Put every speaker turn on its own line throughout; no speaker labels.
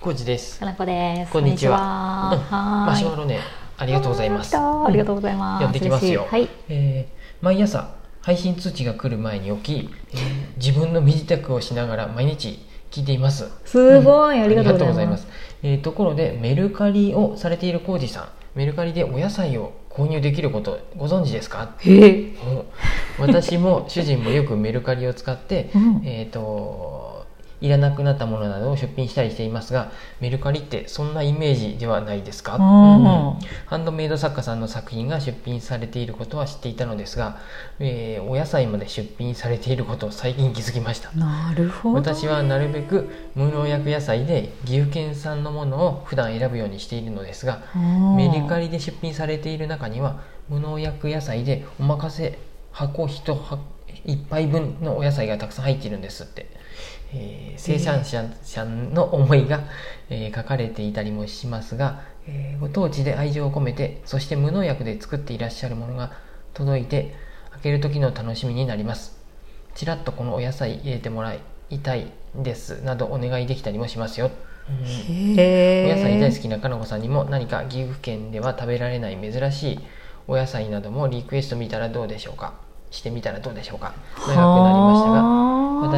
コージです
かなこです。
こんにちは
こんにちははーい。
マシュマロねあ
あ
りがとうございます
ありがとうございます。
やってきますよ
嬉しいはい。
えー毎朝配信通知が来る前に起き、えー自分の身支度をしながら毎日聞いています
すごい、ありがとうございます。
えーところでメルカリをされているコージさんメルカリでお野菜を購入できることご存知ですか
へえ。
お私も主人もよくメルカリを使って、
うん
えー、といらなくなったものなどを出品したりしていますがメルカリってそんなイメージではないですか、うん
あ
ハンドメイド作家さんの作品が出品されていることは知っていたのですが、えーお野菜まで出品されていることを最近気づきました
ーなるほど。
私はなるべく無農薬野菜で岐阜県産のものを普段選ぶようにしているのですがメルカ
リ。
リで出品されている中には無農薬野菜でお任せ箱1箱1杯分のお野菜がたくさん入っているんですって、えー生産者者の思いが、えー書かれていたりもしますが、えーご当地で愛情を込めてそして無農薬で作っていらっしゃるものが届いて開ける時の楽しみになりますちらっとこのお野菜入れてもらいたいですなどお願いできたりもしますよ、うん
へ
お
え。
野菜大好きなかのこさんにも何か岐阜県では食べられない珍しいお野菜などもリクエスト見たらどうでしょうかしてみたらどうでしょうか長くなりましたが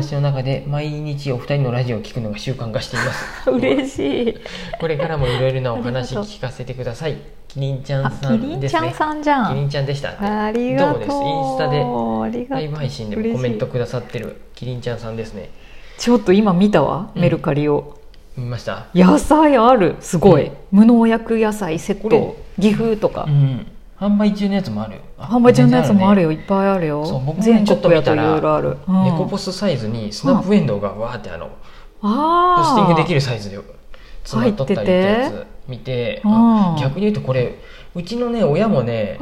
私の中で毎日お二人のラジオを聞くのが習慣化しています
私。嬉しい。
これからもいろいろなお話
ありがとう
聞かせてくださいキリンちゃ
あ
んさん
キリン
で
ち
す
ゃん
ね
さんじゃ
キリ
ん。
ンちゃんでしたって
ありがとう。
どうですインスタで
ありが
ラ
と
イ
う
ブ配信でもコメント。くださってるキリンちゃんさんですね
嬉しいちょっと今見たわ、
うん
メルカリを。
見ました
野菜ある、すごい。
うん
無農薬野菜セッ
これ
ト、岐阜とか
う。ん販売中のやつもあるあ
販売中のやつもある
全然
よいっぱいあるよ
そう僕もね
全国や
ちょ
と
っと見た
い
ら
ろいろある、
ね猫
ス
ポスサイズにスナップエンドウがわーってあのポス
あ
ティングでき
る
るサイズで詰まっとったりってやつ見て
うん
あ逆に言うとこれうちのね親もね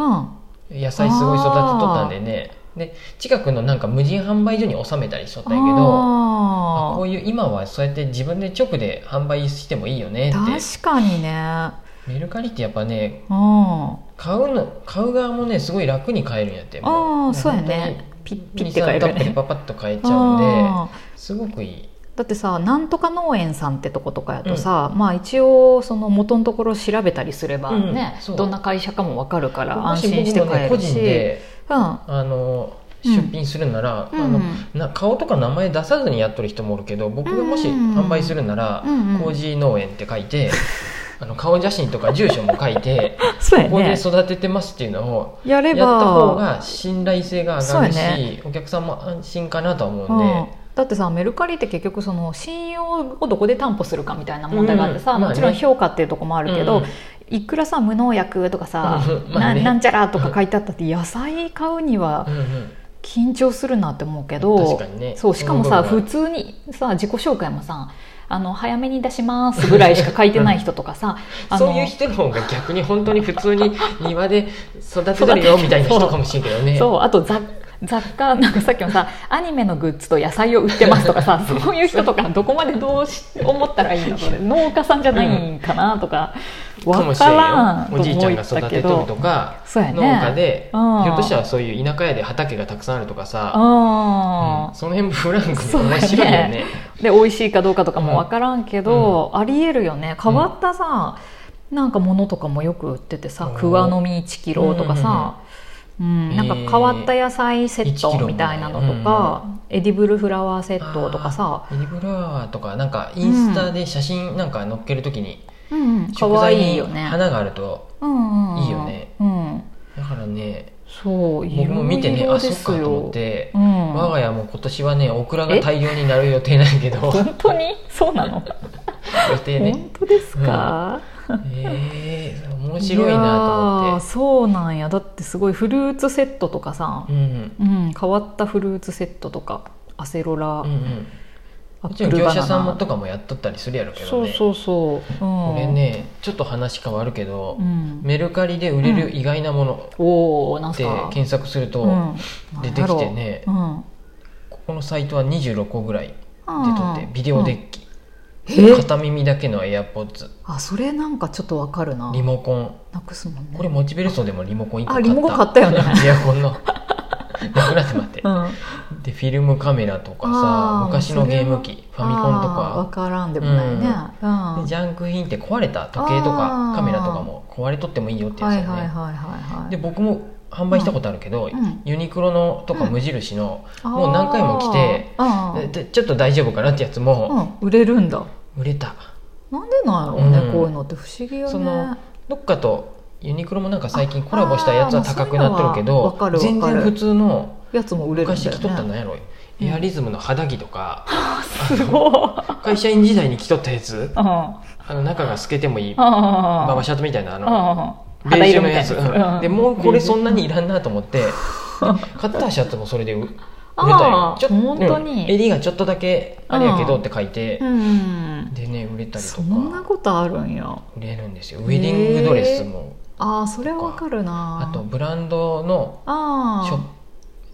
野菜すごい育てとったんでねで近くのなんか無人販売所に収めたりしとったんやけどあこういう今はそうやって自分で直で販売してもいいよねって
確かにね
メルカリってやっぱね
うんあ
買うの買う側もねすごい楽に買えるんやっても
あそうや
本
ねピッ
当
ピ
に
ッて買えるよ
23タップで
ね
パパッと買えちゃうん
あ
でですごくいい。
ーだってさなんとか農園さんってとことかやとさ、まあ一応その元のところ調べたりすればね
うん、そう
どんな会社かもわかるから
も
安心して
僕も
買
ね
え
個
るし、
人で
うん
あの
うん
出品するなら、
うん
あのな顔とか名前出さずにやっとる人もおるけど僕がもし
うん
販売するなら
うんうん
「麹、農園」って書い てあの顔写真とか住所も書いて
そうや
ここで
ね
育ててますっていうのを
や
や
れ
っ
ば
た方が信頼性が上がるし、
そうやね
お客さんも安心かなとは思うん
うん
で、
だってさメルカリって結局その信用をどこで担保するかみたいな問題があってさ、
うんまあね
もちろん評価っていうところもあるけ
う
ど、
ん
いくらさ無農薬とかさ、
うん まあね
ななんちゃらとか書いてあったって野菜買うには
うんうん
緊張するなって思うけど
確かにね
そうしかもさ
その部
普
分
通にさ自己紹介もさあの早めに出しますぐらいしか書いてない人とかさあの
そういう人の方が逆に本当に普通に庭で育ててるよみたいな人かもしれんけどね。
そうあと雑雑貨なんかさっきのさアニメのグッズと野菜を売ってますと かさそういう人とかどこまでどうし思ったらいいのかね農家さんじゃないんかなとか、わ
かもしれん
からん
よおじいちゃんが育てとると
か
か、
そうやね
農家で、
うん
ひょっとしたらそういう田舎やで畑がたくさんあるとかさ、う
あ
ん
ー
その辺もフランクに
そうやね
面白いよね
で美味しいかどうかとかもわからんけど、ありえるよね変わったさ、なんかものとかもよく売っててさ
うん
クワの実1キロとかさ、
う
うん
ん
なんか変わった野菜セッ
1キロ
ト
もね
みたいなのとか、エディブルフラワーセットとかさ、
ミニブラーとかなんかインスタで写真なんか載っけるときに
うんうん、か
食
わ
材
いい
に
よね
花があると
うんうんうん
いいよね
うん、
だからね
そう
僕も見て
い
ね
ろいろ
あ
で
そっ
す
か
よ
と思って
う、ん、
我が家も今年はねオクラが大量になる予定なんやけ ど予
本当にそうなの、
定ね
本当ですか、
えー、面白いなと
い
思
やー
って
そうなんやだってすごいフルーツセットとかさ
う、んうん
うん変わったフルーツセットとかアセロラ、
うんうん
ア
も
ッ
ちろん
プル
業
バ
者
ナナ
さんもとかもやっとったりするやろうけどね
そうそうそう、うん、
これねちょっと話変わるけど、
うん、
メルカリで売れる意外なもの
おおなん
っ
す
て
か
検索すると、
うん
出てきてね
なん
ここのサイトは26個ぐらい出
やろううん
とって、ビデオデッキ、
うんえ
片耳だけの AirPods
あそれなんかちょっとわかるな
リモコン
なくすもんね
これモチベルソンでもリモコン1個
あリモコン買ったよね
エアコンのなくなってまって、
うん、
でフィルムカメラとか
あ
さ
ー
昔のゲーム機ファミコンと
分
か
からんでもないね、うん
でジャンク品って壊れた時計と
あ
か
ー
カメラとかも壊れとってもいいよってや
は
つ
い
や
はい
ね、
はいはいはい
で僕も販売したことあるけど、
うん
ユニクロのとか
うん
無印の、
も
う何回も来てでちょっと大丈夫かなってやつも
うん、売れるんだ
売れた、
なんでなんやろうね、
うん
こういうのって不思議よね
そのどっかとユニクロもなんか最近コラボしたやつは高くなってるけど
あーまあそういうのはわかるわかる
全然普通の
やつも売れるんだ
昔
よ
着とった
ね
なんやろ
うん
エアリズムの肌着とか
すごい、
会社員時代に着とったやつ
うん、あ
あの中が透けてもいいバ
あ
バシャツみたいなあ
う
の
ん
ベ
肌
ージュ
色み
のや
たいなや
つ
つ、
うんでもうこれそんなにいらんなと思 って買ったシャツもそれで売売れたよ
あー
ちょ
本当
う
に
ん襟がちょっとだけあれやけどって書いて
うん
でね売れたりと
そんな
か
ことあるんや
売れるんですよウェディングドレスも
ああそれはわかるな
あとブランドの
ああ
ショップ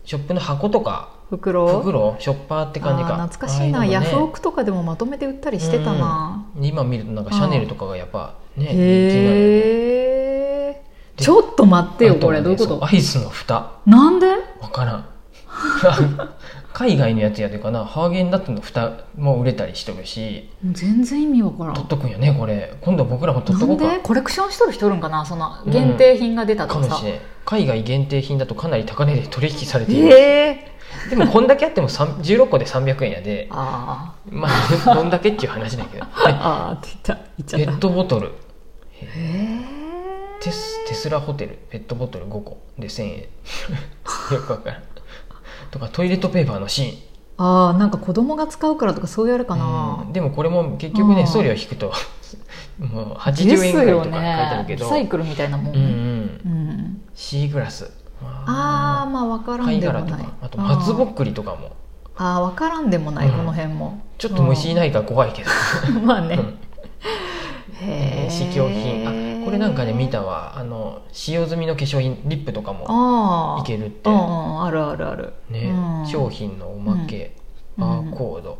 ショップの箱とか
袋
袋ショッパーって感じか
あー懐かしいな、
ああうの
ヤ
ね
フオクとかでもまとめて売ったりしてたな、
今見るとなんかシャネルとかがやっぱね人気なのよ
へえ
で
ちょっと待ってよ
あと
これ
ね
どういうこ
そ
と
アイスの蓋
なんで
わからん 海外のやつやでかなハーゲンダッツの蓋も売れたりしとるし
全然意味わから
取っ
ん
とくんよねこれ今度僕らも取っ
な
とこ
ん
うか
でコレクションしとる人おるんかなその限定品が出た
か
と
も
かさ
し、れん海外限定品だとかなり高値で取引されている、
え
でもこんだけあっても3 16個で300円やで
ー、あ
まあ どんだけっていう話だけど
ーあーって言った言っち
ペ
ゃ
ッ
った
トボトル
へえ
テステスラホテルペットボトル5個で1000円 よくわからんとかトイレットペーパーの芯
ああなんか子供が使うからとかそういうあるかな、
うんでもこれも結局
う
ね
ん
送料引くと もう
で
80
す
円ぐらいとか
よ
書いてある
ね
け
リ
ど、
サイクルみたいなもん、
うんう
ね
ん、
うん、
シーグラス
ああまあ分からん
貝
でも
殻と
ない
かあと松ぼ
あー
っくりとかも
あー分からんでもな
う
い、
ん
この辺も
ちょっと虫いないから怖いけど、
まあね、
うん
へえ
試供品あこれなんかね見たわあの使用済みの化粧品リップとかも
ああ
いけるって
うんうんあるあるある、
ね、
うん
商品のおまけ、
うん
バーコード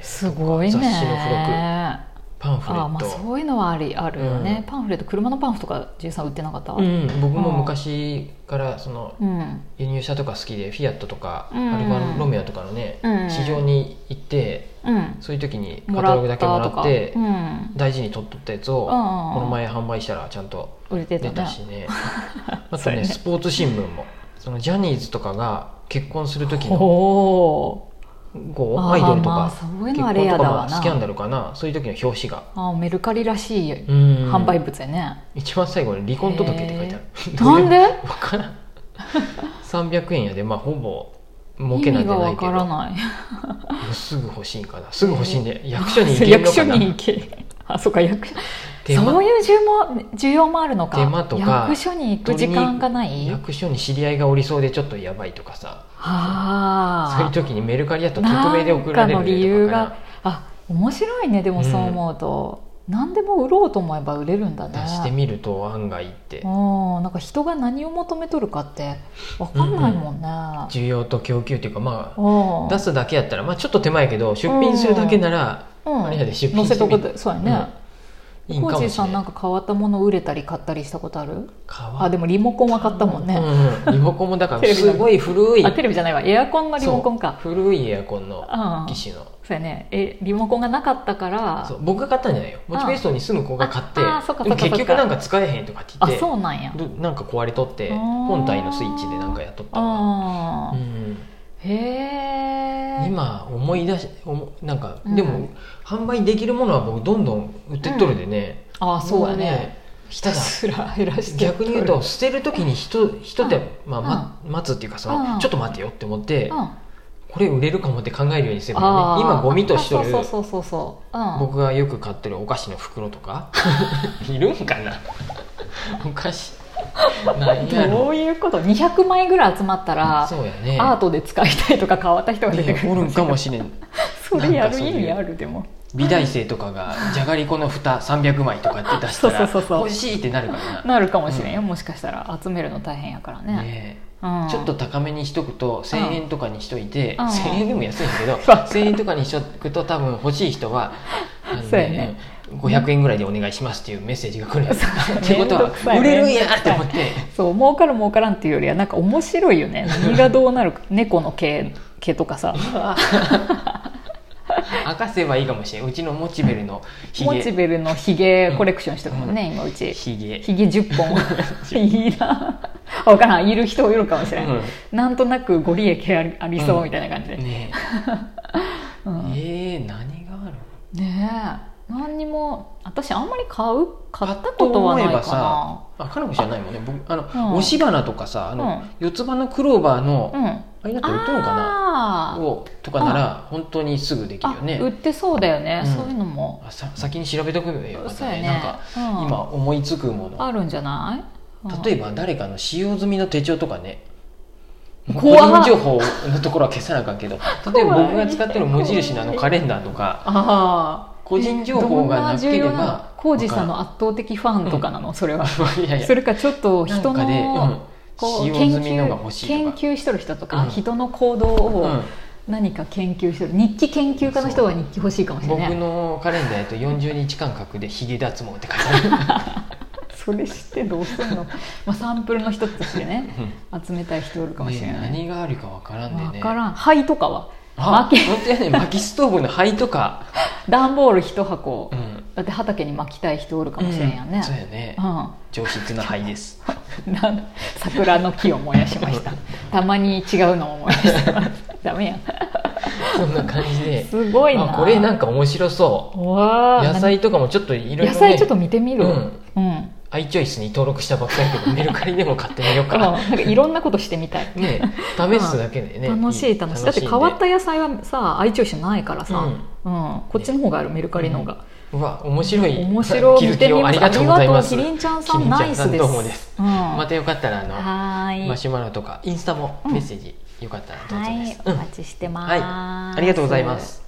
すごいね
雑誌の付録
あ
パンフレ
あ
ッ
まあ
ト、
そういうのはありあるよね、
うん
パンフレット車のパンフとか J さん売ってなかった
う
うん、
ん、僕も昔からその
うん
輸入車とか好きでフィアットとか
うん
アルファロメオとかのね、
うん
市場に行ってそういう時にカ
も
タ
ら
ログ
っ
だ
た
けもら
とか
って
うん、
大事に取っとったやつをこ
うん
の前販売したらちゃんと
売れて
出
た
た
ね
しね あ
そ
と
うや
ね
ね
スポーツ新聞もそのジャニーズとかが結婚する時の
お
こう
あー
アイドルと
まあ
か
そういう
結
のあ
婚
れや
と
だ
か
わな
まあスキャンダルかなそういう時の表紙が
ーあーメルカリらしい
うん
販売物やね、
一番最後に離婚届って書いてある
なんで
分からん300円やでまあほぼ儲
意
けなん
味
じゃ
が
ない
わ
け
か
ど
らない
すぐ欲しいんかなすぐ欲しいんで役所に行ける
役
のか
所
な
に行けあそうか役所
手間
そういう需要も需要もあるのか
手間とか
役所に行く時間がない
役所に知り合いがおりそうでちょっとやばいとかさそうい
あ
う
あ
時にメルカリだと匿名で送られ
なんかの理
る
由
とか
があ面白いねでもそう思うと、何でも売ろうと思えば売れるんだ
か
ね
な出してみると案外って
うんなんか人が何を求めとるかって分かんないもんね、
需要と供給っていうかまあ
うん
出すだけやったら、まあ、ちょっと手前やけど出品するだけなら、
うん
あれやで出品
載
して
せ
み
とくでそうやね、
うん、いいん
コ
か
ージ
も
ー
し
さ
れ
ん
な
ないんか変わったもの売れたり買ったりしたことあるあ
あ
でもリモコンは買ったもんね、
うんうん、リモコンもだか
テレ
ら
ビの
すごい古い
あテレビじゃないわエアコンのリモコンか
そう古いエアコンの
うん
機種の
そうやねえリモコンがなかったから
そう僕が買ったんじゃないよモチベーションに住む子が買って
ああそっか
でも
そっか
結局なんか使えへんとかって
あ
言って
そうなんや
どなんか壊れとって
あー
本体のスイッチでなんかやっとったわ、
あ
う
ー
ん、
へえ
今思い出しおもなんか、
うん
でも販売できるものは僕どんどん売ってっとるでね、
あーそうや
も
ね
ひ
ひ
た
た
す
すら減らし
ら
て
逆に言うと捨てる時に人人で、まあま待つっていうかその、
うん
ちょっと待てよって思って、
うんあ
これ売れるかもって考えるようにすればいい
ー
ね今ゴミとしとる
そうそうそうそうそううん
僕がよく買ってるお菓子の袋と かいるんかなお菓子なんや
ど
ろ
ういうこと200枚ぐらい集まったら
そうやね
アートで使いたいとか変わった人が出て
ね
くる
おるんかもしれん
それや
なんか
る
そうい
意
う
味あるでも
美大生とかがじゃがりこの蓋300枚とかって出したら
そうそうそうそう
欲しいってなるからな
なるかもしれんよもしかしたら集めるの大変やからね
ね
うん
ちょっと高めにしとくと1000円とかにしといて
うん
1000円でも安いんだけど
わ
1000円とかにしとくと多分欲しい人はあの
そうやね
うん500円ぐらいでお願いしますっていうメッセージが来るんです
そう
ってことは
めんどくさい
売れるんやって思って
そう儲かる儲からんっていうよりはなんか面白い よね何がどうなるか猫の毛毛とかさ
明かせばいいかもしれんうちのモチベルの ひ
モチ
げ
ベルのヒゲコレクションしてるもんね、今うち
ひげ
ヒゲ10 本いいなあ分からんいる人いるかもしれない、
うん
なんとなくご利益ありありそうみたいな感じで、
ねえ、えー何がある
ねえ何にも私あんまり買う買ったことはないか
かと思え
な
ばさあかなこじゃないもんね僕あの、
うん
押し花とかさあの、
うん
四つ葉のクローバーの、
うん
あれだって売っとるのかな
あー
をとかなら本当にすぐできるよ
あ売
ね
ってそうだよね、
うん
そういうのも
あさ先に調べとくばよかっ
そ
た
うや
ね
ね
なんか、
うん
今思いつくもの
あるんじゃない、
例え
ば
ば誰かの使用済みの手帳とかね個
怖っ
人情報のところは消さなあかん けど例えば僕が使ってる無印のあのカレンダーとか
ああ
個人情報がなければ
浩二さんの圧倒的ファンとかなのそれは
いやいや
それかちょっと
なん
人
かで、う
の
ん
こう
使用
研
済みのが欲しい
究
とか
研究しとる人と
う
か
ん
人の行動
う
を
ん
何か研究してる日記研究家の人は日記欲しいかもしれな
僕
い
のカレンダーやと40日間隔でヒゲ脱毛って書いてある、
それしてどうす んのまあサンプルの一つとしてね
うん
集めたい人おるかもしれない、
ね何があるかわからんでね
分からん灰とかは
あ
薪
本当やね薪ストーブの灰とか、
段ボール一箱、
ん、
だって畑に巻きたい人おるかもしれんやんね、
うそうやね
うん
上質な灰です
なん 桜の木を燃やしま したたまに違うのを燃やしてます ダメやん
そんな感じです
ごいな
あこれなんか面白そう
わー
う野菜とかもちょっといろいろ、ね、
野菜ちょっと見てみる
う
うんん、うん、
アイチョイスに登録したばっかりだけどメルカリでも買ってみようか
な
なん
かいろんなことしてみたい、
ね試すだけでね
楽しい楽しいだって変わった野菜はさ愛知市ないからさ、うんこっちの方があるメルカリの方が、
たうわ面白い
面白い
気づ
見て
き
み
をあ
ま
り
すあ
がとう
り
ござい
が
ま
とう
す
キリンちゃんさ
キリ
ん
ンちゃん
ナイスです
どうもです
うん、
またよかったらあの、
はーい
マシュマロとかインスタもメッセージよかったらどうぞ
は
で
い
す、
お
うん
待ちしてます、
はいありがとうございます